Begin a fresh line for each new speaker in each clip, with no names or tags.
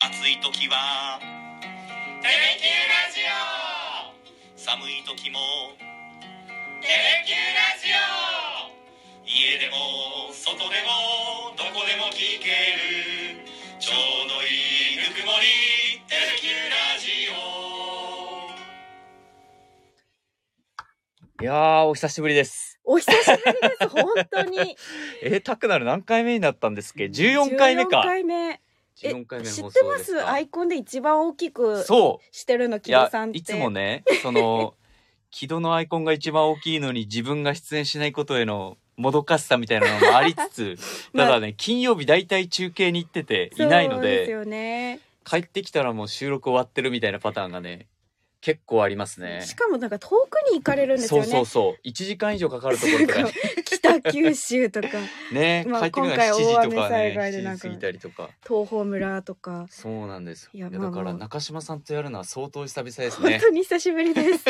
暑い時は
テレキューラジオ
寒い時も
テレキューラジオ
家でも外でもどこでも聞けるちょうどいいぬくもりテレキューラジオ
いやー、お久しぶりです。
お久しぶりです、本 当に。
えー、タクナル何回目になったんですっけ ?14 回目か
14。回目。え
14回目
知
の
っ
放
て
送
ま
です
す
か
アイコンで一番大きく
そ
してる
う。
の、
い
木戸
や
さんっ、て。
いつもね、そ の、木戸のアイコンが一番大きいのに自分が出演しないことへのもどかしさみたいなのもありつつ、
まあ
ただね、金曜日大体中継に行ってていないの
そうです
で、
よね。
帰ってきたらもう収録終わってるみたいなパターンがね、結構ありますね。
しかもなんか遠くに行かれるんです
そ
よ
う
ね。
そうそう。1時間以上かかるところとか ね
北九州とか、
ね、
まあ
帰ってくるのが
今回
7時と
大
か
雨
ね、
災害でな
7
ん
時
か
過ぎたりとか。
東峰村とか。
そうなんですよ。
い
い
や
や、
まあ
だから
まあ
中島さんとやるのは相当久々です
本
ね
当。に久しぶりです。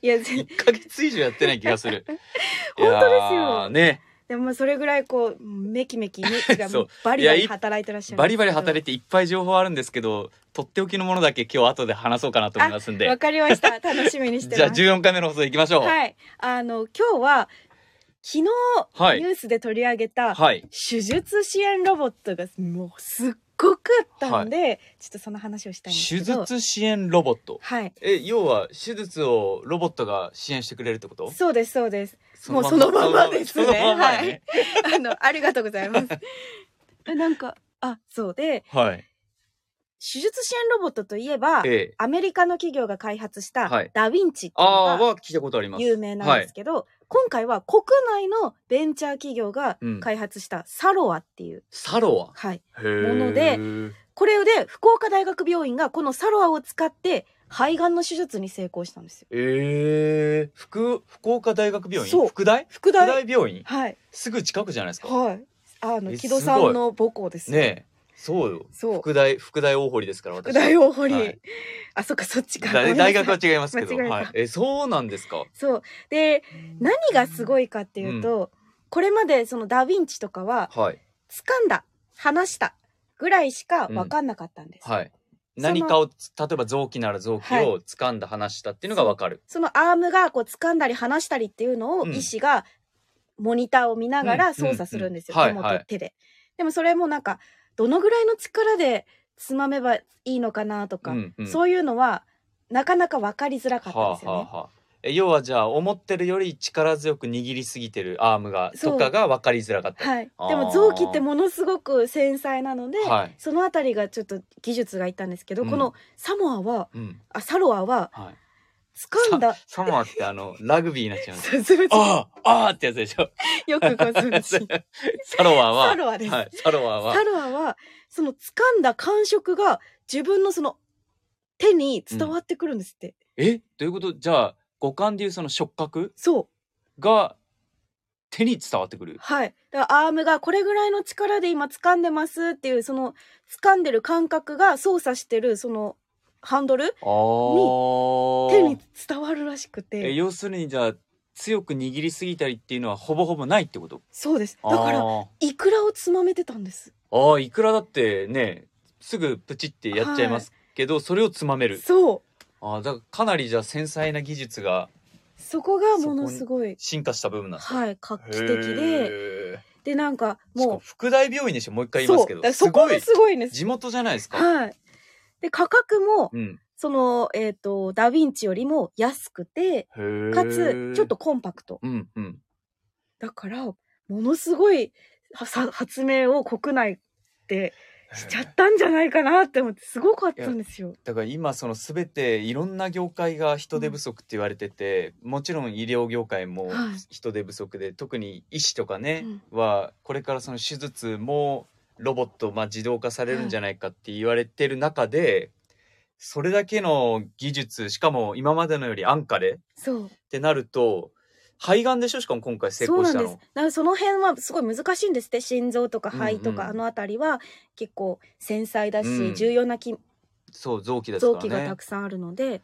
いや、ぜ
1ヶ月以上やってない気がす る。
本当ですよ
いやーね、
でもまあそれぐらいこう、メキメキ、メキが
そういや
バリバリ
い
働いてらっしゃる。
バリバリ働い
い
ていっぱい情報あるんですけど、とっておきのものだけ今日後で話そうかなと思いますん
わ
で。
かりました。楽しみにして
じゃあ
ます。
14回目の放送いきましょう。はい。
はい。あの、今日は、昨日、
はい
ニュースで取り上げた、
はい。
手術支援ロボットがもうすっごくあったんで、ちょっとその話をしたいんですけ
手
ど
術支援ロボット。
はい
え、要は手術をロボットが支援してくれるってこと
そうですそ うですもう
ま
そのまんまですね
そのまんまね。
あのありがとうございます えなんかあそうで
はい。
手術支援ロボットといえば
ええ。
アメリカの企業が開発した
はい
ダ・ヴィンチっていう
ああー、
のが
は聞いたことあります。
有名なんですけど、今回は国内のベンチャー企業が
うん
開発したサロアっていう、
サロ
はい
ア。へー
もので、これで福岡大学病院がこのサロアを使って肺がんの手術に成功したんですよ
ええ福、福岡大学病院
そう
福大
副
福
大
大病院
はい
すぐ近くじゃないですか。
はい。あの
え
木戸
す
さ
ごい
んの母校ですよ
ねえ。そうよ。
そう
福大、福大大堀ですから、私。
福大大堀、
はい
あそっかそっちか
だ
ごめんなさ
大
い
学は違いますけど。
間違えた
はい。え、そうなんですか。
そうで何がすごいかっていうと、これまでそのダ・ヴィンチとかは
はい。
掴んだ話したぐらいしか分かんなかったんです、
はい。
その
何かを、例えば臓器なら臓器
はい
を掴んだ話したっていうのがわかる。
そのアームがこう掴んだり離したりっていうのを
うん
医師がモニターを見なが
う
ら
ん
操作するんですよ、
うんうんは
手
い
元
はい
手で、でもそれもなんかどのぐらいの力でつまめばいいのかなとか、
うんうん
そういうのはなかなか分かりづらかったで
は
す
あ
よね。
はあはあ。え要はじゃあ思ってるより力強く握りすぎてるアームが
そう
とかが分かりづらかった。
はい
あ、ー
でも臓器ってものすごく繊細なので、
はい
そのあたりがちょっと技術がいったんですけど、
うん
このサモアは
うん。
あサロアは
はい。
掴ん だ
サモアってあのラグビーになっちゃうんですよ。
すずめちゃん
ああああってやつでしょ。
よくご存知
サロワは。
サロアです
はい。サロワは。
サロアはその掴んだ感触が自分のその手に伝わってくるんですって、
えということじゃあ五感でいうその触覚
そう
が手に伝わってくる。
はいだからアームがこれぐらいの力で今掴んでますっていうその掴んでる感覚が操作してるそのハンドル
ああ。
手に伝わるらしくて
え要するにじゃあ強く握りすぎたりっていうのはほぼほぼないってこと。
そうですだから
あー
イクラをつまめてたんです
あーいくらだってねすぐプチってやっちゃいますけど、それをつまめる。
そう
ああだからかなりじゃあ繊細な技術が
そこがものすごい
進化した部分なんです。
はい画期的で
へ
でなんか
ー。しかも
も
副大病院でしょもう一
う
回言い
そ
ま
う
すけ
だ
ど
からそこがすごいんです
地元じゃないですか。
はいで価格も
うん。
そのえっ、とダ・ヴィンチよりも安くてかつちょっと。コンパクト
うんうん。
だからものすごいはさ発明を国内でしちゃったんじゃないかなって思ってすごかったんですよ
だから今その全ていろんな業界が人手不足って言われてて、もちろん医療業界も
はい
人手不足で、特に医師とかね、
うん
はこれからその手術もロボット、まあ、自動化されるんじゃないかって言われてる中で、それだけの技術しかも今までのより安価でっ
そう
てなると肺がんでしょしかも今回成
そ
功
うな
し
ん
た
です
の。
だからその辺はすごい難しいんですって心臓とか肺とか
うんうん
あの辺りは結構繊細だし、
うん
重要なき
そう臓器ですから
臓
ね。
器がたくさんあるので、
い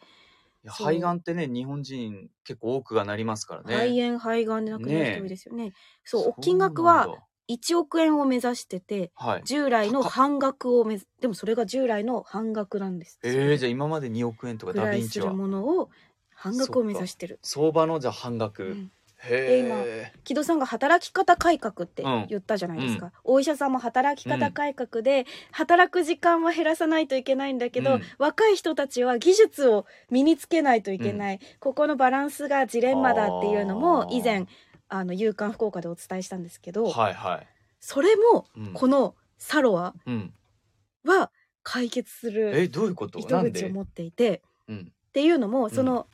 や
そう
肺がんってね日本人結構多くがなりますからね。
肺炎肺がんで亡くなる人多いですよね。そ
そ
う
うなんだ
金額は1億円を目指してて
はい。
従来の半額を目指でもそれが従来の半額なんです
ええじゃあ今まで2億円とか
ぐ
ダ
ら
ヴィ
い
ン
す
チ
る
は。
ものを半額を目指してる
相場のじゃあ半額。
うん
へえ。
木戸さんが働き方改革って言ったじゃないですか、お医者さんも働き方改革で、働く時間は減らさないといけないんだけ
う
ど、
ん
若い人たちは技術を身につけないといけない、ここのバランスがジレンマだっていうのも以
あ
前
ー
あの夕刊福岡でお伝えしたんですけど、
はいはい。
それも
うん
このサロア
うん。
は解決する
えどういうこと？
糸
なん
口を
で？
持っていて。
うん。
っていうのもその、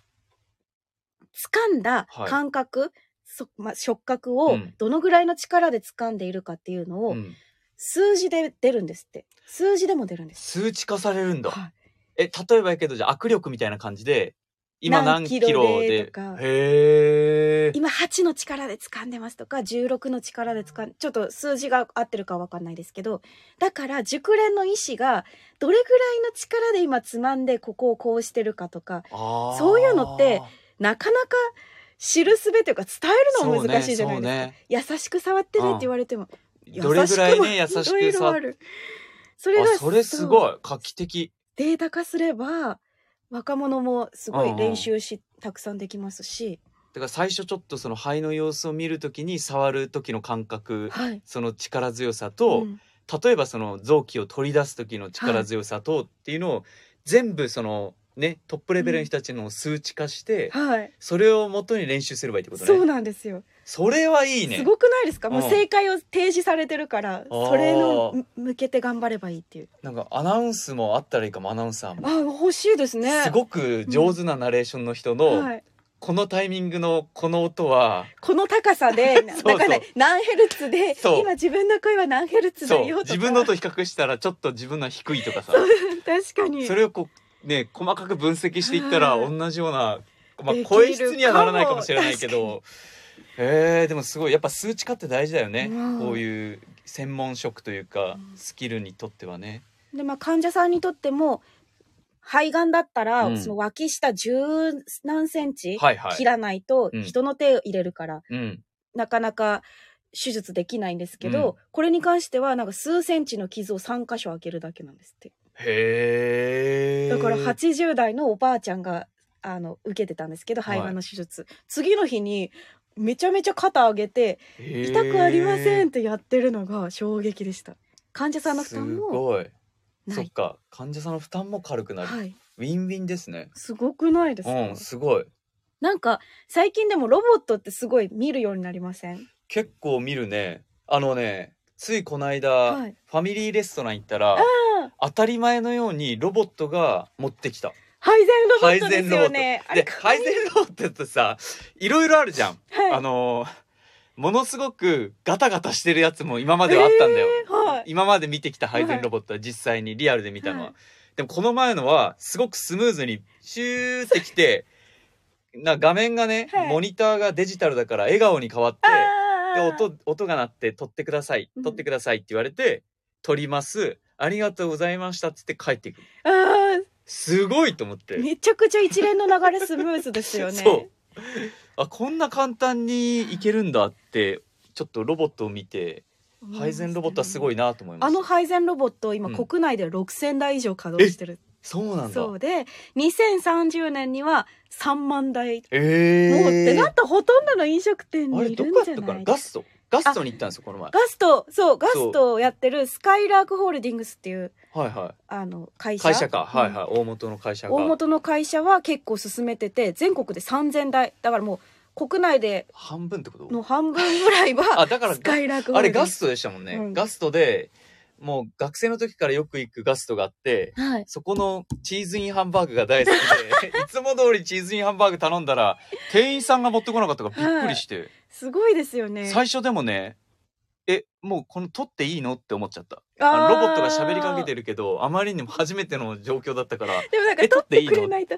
掴んだ
はい
感覚、そまあ、触覚を
うん
どのぐらいの力で掴んでいるかっていうのを、
うん
数字で出るんですって数字でも出るんです。
数値化されるんだ。
はい
え例えばやけどじゃあ握力みたいな感じで今何
何
キ
キ
ロで
ロでとか
へえ
今8の力で掴んでますとか16の力で掴んちょっと数字が合ってるかわかんないですけどだから熟練の医師がどれぐらいの力で今つまんでここをこうしてるかとかそういうのってなかなか知るすべというか伝えるのも難しいじゃないですか、優しく触ってねって言われても
ね、どれぐらいね優
優
し
しくも
く
いろいろ
触
あ
っ
るそれが
あそれす
そう
ごい画期的
データ化すれば若者もすご
うんうん
い練習し、たくさんできますし、
だから最初ちょっとその肺の様子を見るときに触る時の感覚
はい
その力強さと、
うん
例えばその臓器を取り出す時の力強さとっていうのを全部そのねトップレベルの人たちのを数値化して、
はい、
それを元に練習すればいいってことね
そうなんですよ
それはいいね
すごくないですか、も
うん
う正解を提示されてるから
ー
それのむ向けて頑張ればいいっていう
なんかアナウンスもあったらいいかもアナウンサーも、
あ欲しいですね
すごく上手なナレーションの人の、
はい、
このタイミングのこの音は
この高さで
そうそう
わかんない何ヘルツで
そう
今自分の声は何ヘルツだ
そう
よとか
自分のと比較したらちょっと自分のは低いとかさ
確かに
それをこうね細かく分析していったら
はい
同じような、まあ
できる、かも
声質にはならないかもしれないけどえー、でもすごいやっぱ数値化って大事だよね、
うん
こういう専門職というか
うん
スキルにとってはね。
でまあ、患者さんにとっても肺がんだったら、
うん
その脇下十何センチ
はいは
切
い。
らないと、
うん
人の手を入れるから
うん、
なかなか手術できないんですけ
う
ど、
ん
これに関してはなんか数センチの傷を3箇所開けるだけなんですって
へえ。
だから80代のおばあちゃんがあの受けてたんですけど
はい
肺がんの手術、次の日にめちゃめちゃ肩上げて「痛くありません」
っ
っ
て
やってるのが衝撃でした患者さんの負担
す
も
ごい。
な
そっ
い
か患者さんの負担も軽くなる、
はい
ウィンウィンですね
すごくないですか、
うんすごい
なんか最近でもロボットってすごい見るようになりません
結構見るねあのねついこの間、
はい
ファミリーレストラン行ったら
あ
当たり前のようにロボットが持ってきた
配膳ロボット
配
で
膳
す
ロボッ
よ
ト
ねあれ
で
かわい
配
い
膳ロボットってさいろいろあるじゃん、
はい
あのーものすごくガタガタしてるやつも今まではあったんだよ、
えーはい
今まで見てきた配膳ロボットは実際にリアルで見たのは、
はい
でもこの前のはすごくスムーズにシューってきてな画面がね、
はい
モニターがデジタルだから笑顔に変わって
あ
で
ー
音音が鳴って「撮ってください
うん
撮ってください」って言われて「撮りますありがとうございました」っつって帰っていく
あ
すごいと思って
ーめちゃくちゃ一連の流れスムーズですよね
そうあこんな簡単にいけるんだってちょっとロボットを見て配膳ロボットはすご
い
いなと思いま
あ
した
の配膳ロボット今
うん
国内では6000台以上稼働してる、
そうなんだ
そうで2030年には3万台
え
もうって
え
なったほとんどの飲食店
あ
に
れ
い
ど
る
こや
ん
っ
じゃ
たか
な
ないガストガストに行ったんですよこの前
ガストそうガストをやってるスカイラークホールディングスっていう
はいは
あの会
い
社
会社かはい
い、
はい大元の会社
うん
が
大元の会社は結構進めてて全国で3000台だからもう国内で
半分ってこと
の半分ぐらい
あ
は
だから
スカイラークホ
あ
ー
れ
ルディ
ガ
ングス
ストでしたもんね、
うん
ガストでもう学生の時からよく行くガストがあって
はい
そこのチーズインハンバーグが大好きでいつも通りチーズインハンバーグ頼んだ ら店員さんが持ってこなかったからびっくりして、
すごいですよね
最初でもねえもうこの取っていいのって思っちゃった
あ
あ
ー
のロボットが喋りかけてるけどあまりにも初めての状況だったから
でもなんか
え撮
撮
っ
って
い
て
いの
くれないと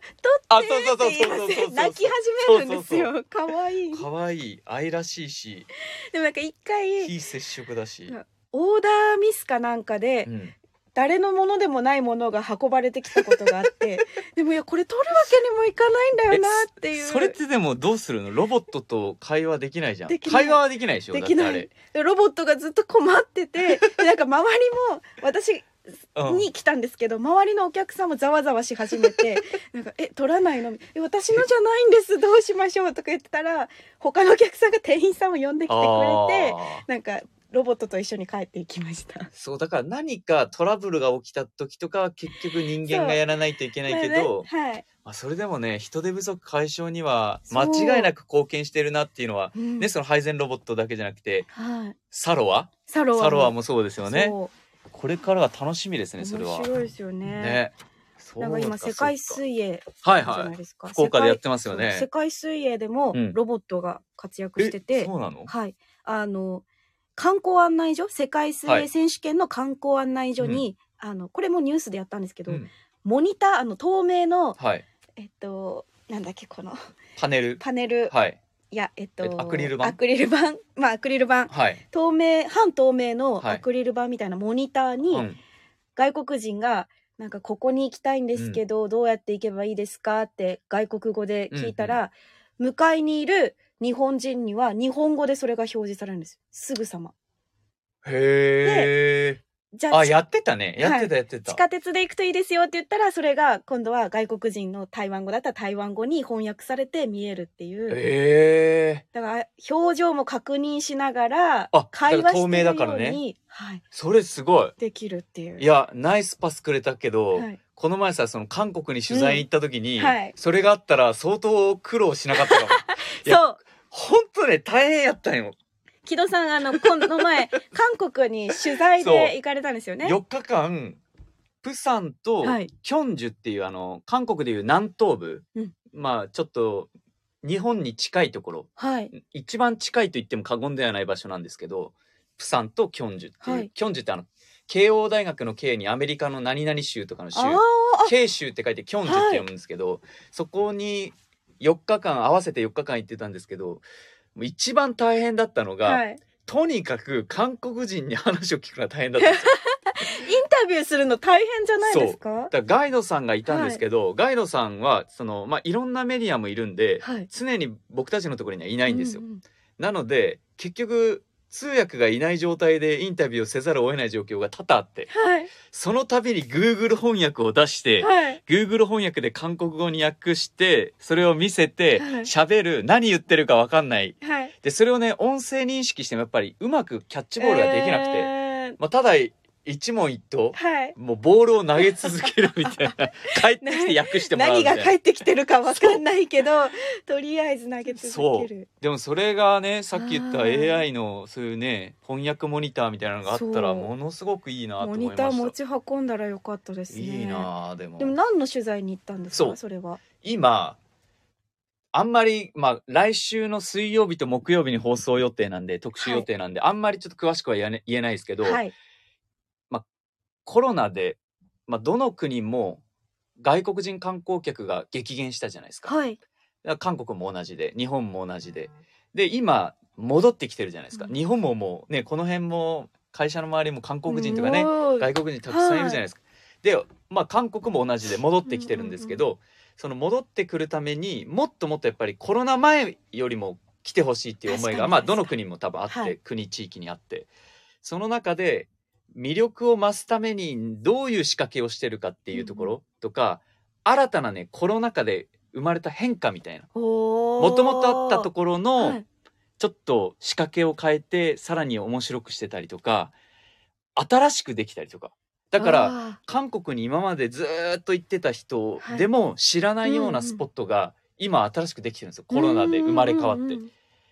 あ
撮って
そうそう
って
そうそう
言
そうそう
いません泣き始めるんですよ可愛い
可愛い愛らしいし
でもなんか一回
非接触だし、
うんオーダーミスかなんかで
うん
誰のものでもないものが運ばれてきたことがあってでもいやこれ取るわけにもいかないんだよなっていう
それってでもどうするのロボットと会話できないじゃん
できない
会話はできないでしょ
できな
だっ
い
て
でロボットがずっと困っ ててでなんか周りも私
あれ、うん
に来たんですけど周りのお客さんもざわざわし始 めてなんか「え取らないの?」え「私のじゃないんですどうしましょう」とか言ってたら他のお客さんが店員さんを呼んできてくれて
あー
なんかロボットと一緒に帰っていきました。
そうだから何かトラブルが起きた時とかは結局人間がやらないといけないけど
だよ、ねはい
まあ、それでもね人手不足解消には
そ
間
う
違いなく貢献してるなっていうのは
うん
ねその配膳ロボットだけじゃなくて
はい、
サロア
サロ
サロア
も
もそうですよね
そう
これからが楽しみですねそれは
面白いですよね。
ねそう
なんか今世界水泳
そう
じ
はい
ゃ
は
ない
い
ですか。
福岡でやってます
世
よ
界そう世
ね
界水泳でも
うん
ロボットが活躍
え
してて、
そうなの
はい、あの観光案内所世界水
は
泳
い
選手権の観光案内所に、あのこれもニュースでやったんですけど、
うん
モニターあの透明の
はい
えっとなんだっけこの
パネル
パネル、
はい
い、やえっと
えっとアクリル板
アクリル板 まあアクリル板
はい
透明半透明の
はい
アクリル板みたいなモニターに、
うん
外国人がなんかここに行きたいんですけど、どうやって行けばいいですかって外国語で聞いたら、向かいにいる日本人には日本語でそれが表示されるんですよすぐさま
へえ
じゃあ
あ
ち
やってたねやってたやってた
地下鉄で行くといいですよって言ったらそれが今度は外国人の台湾語だったら台湾語に翻訳されて見えるっていう
へえ
だから表情も確認しながら
あ
会話してるよ
だから透明だか
う
ら
に、
ね
はい、
それすごい
できるっていう
いやナイスパスくれたけど、
はい、
この前さその韓国に取材に行った時に、
うんはい
それがあったら相当苦労しなかったか もいや
そう
本当ね大変やったんよ、
木戸さんあのこの前韓国に取材
そう
で行かれたんですよね。
4日間プサンと
はい
キョンジュっていう、あの韓国でいう南東部、
うん
まあちょっと日本に近いところ
はい
一番近いと言っても過言ではない場所なんですけどプサンとキョンジュっていう、
はい
キョンジュってあの慶応大学の慶にアメリカの何々州とかの州
あー
慶州って書いてキョンジュって読むんですけど、そこに4日間合わせて4日間行ってたんですけどもう一番大変だったのが、
はい、イン
とにかく韓国人に話を聞くのが大変だったん ですよ
タビューするの大変じゃないですか
だからガイドさんがいたんですけど、ガイドさんはその、まあ、いろんなメディアもいるんで、
はい
常に僕たちのところにはいないんですよ。
うう
なので結局通訳がいない状態でインタビューをせざるを得ない状況が多々あって
はい
その度に Google 翻訳を出して、
はい
Google 翻訳で韓国語に訳してそれを見せて
はい
喋、る何言ってるか分かんない
はい
でそれをね音声認識してもやっぱりうまくキャッチボールができなくて、
えー
まあ、ただ一問一答
はい
もうボールを投げ続けるみた いな帰ってきて訳してもらうみ
何
たい
が
な、
返ってきてるかわかんないけどとりあえず投げ
そ
続ける
うでもそれがねさっき言った
あー
AI のそういうね翻訳モニターみたいなのがあった
そ
ら
う
ものすごくいいなと
モ
思い
ニ
ました
ター持ち運んだらよかったですね
いいなあでも
でも何の取材に行ったんですか
そ
そうれは
今あんまりまあ来週の水曜日と木曜日に放送予定なんで特集予定なんで、あんまりちょっと詳しくは言え,、言えないですけど、
はい
コロナで、まあ、どの国も外国人観光客が激減したじゃないですか,、
はい
韓国も同じで日本も同じでで今戻ってきてるじゃないですか、
うん
日本ももうねこの辺も会社の周りも韓国人とかね、
うん
外国人たくさんいるじゃないですか。で、まあ、韓国も同じで戻ってきてるんですけど、その戻ってくるためにもっともっとやっぱりコロナ前よりも来てほしいっていう思い
確か
が、
に
まあ、
確
ど
かに
の国も多分あって、
はい
国地域にあってその中で魅力を増すためにどういう仕掛けをしてるかっていうところとか、新たなねコロナ禍で生まれた変化みたいなも
も
ともとあったところの、
はい
ちょっと仕掛けを変えてさらに面白くしてたりとか新しくできたりとかだから
あ
韓国に今までずーっと行ってた人
はい
でも知らないよう
うんう
なんスポットが今新しくできてるんですよ
ー
コロナで生まれ変わ
うん
っ
うんう
て
ん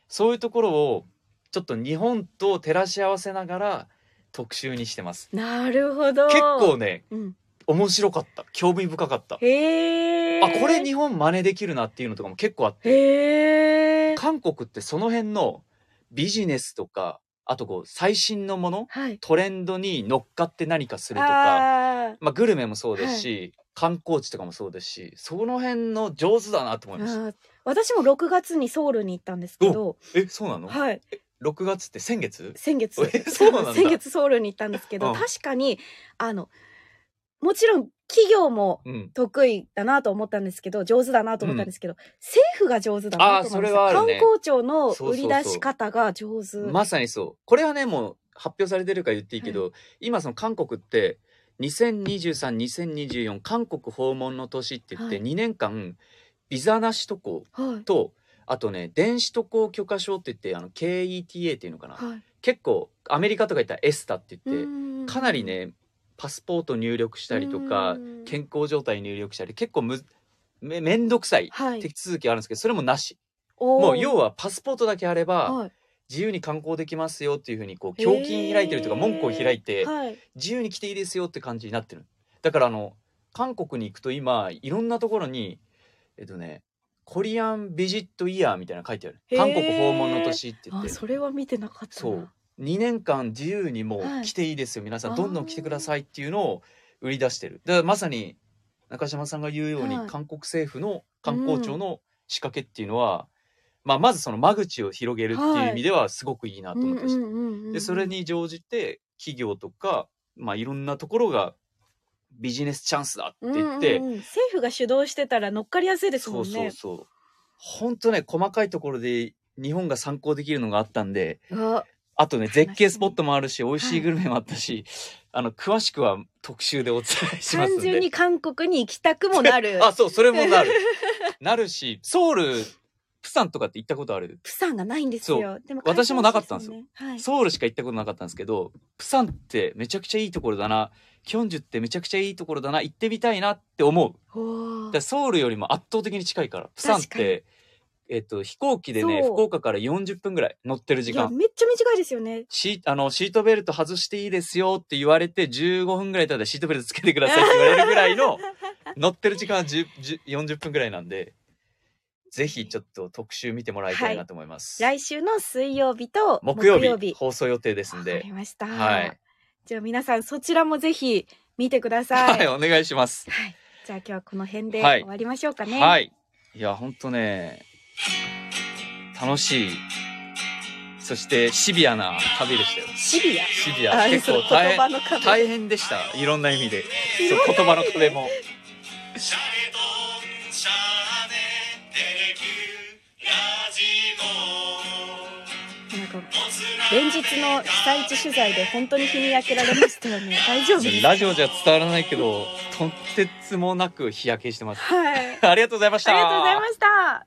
そういうところをちょっと日本と照らし合わせながら特集にしてます
なるほど。
結構、ね
うん、
面白かった興味深かった
へえ。
あこれ。日本真似できるなっていうのとかも結構あって
へえ。
韓国ってその辺のビジネスとかあとこう最新のもの
はい。
トレンドに乗っかって何かするとか
あ
まあ、グルメもそうですし、観光地とかもそうですしその辺の上手だなと思
ー
い
あ
ました
ー。私も6月にソウルに行ったんですけど、
えそうなの、
はい、
6月って先月
先月
えそうなんだ
先月ソウルに行ったんですけど、
うん
確かにあのもちろん企業も
うん。
得意だなと思ったんですけど上手だなと思ったんですけど、政府が上手だ
あ
な
ー
と思いま
そ
し
れはあ
た、
るね
観光庁の
そう
売
そうそう
り出し方が上手
まさにそう。これはね、もう発表されてるから言っていいけど、今その韓国って、2023、2024韓国訪問の年って言って、
はい
2年間、ビザなし渡航
はい
と、あとね、電子渡航許可証って言って、あの、KETA っていうのかな。
はい
結構、アメリカとか行ったらエスタって
う
言って、
ん
かなりね、パスポート入力したりとか
う、ん
健康状態入力したり、結構む、め、めんどくさい
はい
手続きあるんですけど、それもなし。
おー
もう要はパスポートだけあれば、
はい
自由に観光できますよっていうふうにこう胸筋開いてるというか
へー
門戸を開いて
はい
自由に来ていいですよって感じになってるだからあの韓国に行くと今いろんなところにえっとねコリアンビジットイヤーみたいなの書いてある
へー
韓国訪問の年って言っ
あ
て
それは見てなかったな
そう2年間自由にも
は
う
い
来ていいですよ、皆さ
あ
ん
ー
どんどん来てくださいっていうのを売り出してるだからまさに中島さんが言うように、
はい
韓国政府の観光庁の仕掛けっていうのは、まあ、まずその間口を広げるっていう意味ではすごくいいなと
うん
思
う
って
ん
ました、
うんうんうん
でそれに乗じて企業とか、まあ、いろんなところがビジネスチャンスだって言って、
うんうんうん政府が主導してたら乗っかりやすいです
そ
も
うんそう
ね
そう本当ね細かいところで日本が参考できるのがあったんで、
うわ
あとね、
楽しみ
絶景スポットもあるし、美味し
はいい
グルメもあったし、あの、詳しくは特集でお伝えしますん
単
で。
純に韓国に行きたくもな る
あ、そう、それも なる。なるし、ソウル、プサンとかって行ったことある
プサンがないんですよでも
私もなかったんですよ
よ、はい、
ソウルしか行ったことなかったんですけど、プサンってめちゃくちゃいいところだな、キョンジュってめちゃくちゃいいところだな、行ってみたいなって思う。だ
おー
からソウルよりも圧倒的に近いから、プサンって、えっと、飛行機でね、
そう
福岡から40分ぐらい乗ってる時
いや
間。
めっちゃ短いですよね
シーあのシートベルト外していいですよって言われて15分ぐらい経ったらシートベルトつけてくださいって言われるぐらい の乗ってる時間は10 10 40分ぐらいなんでぜひちょっと特集見てもらいたいなと思います、
来週の水曜日と
木曜日
わ
放送予定ですん
か
で
りました、
はい
じゃあ皆さんそちらもぜひ見てくださ、
はいいお願いします、
じゃあ今日はこの辺で
はい
終わりましょうかね、
はいいやほんとね楽しいそしてシビアな旅でしたよ
シビア
シビ
あ
ア結
その
構大
言葉
変
の壁
大変でしたいろんな意味で
い
そう言葉の壁も
シャレドンシャーネテレキューラジオ
なんか
もつ鍋
連日の被災地取材で本当に日に焼けられましたよね大丈 夫ですか
ラジオじゃ伝わらないけどとてつもなく日焼けしてます
はいあり
ありがとうございました
がとうございました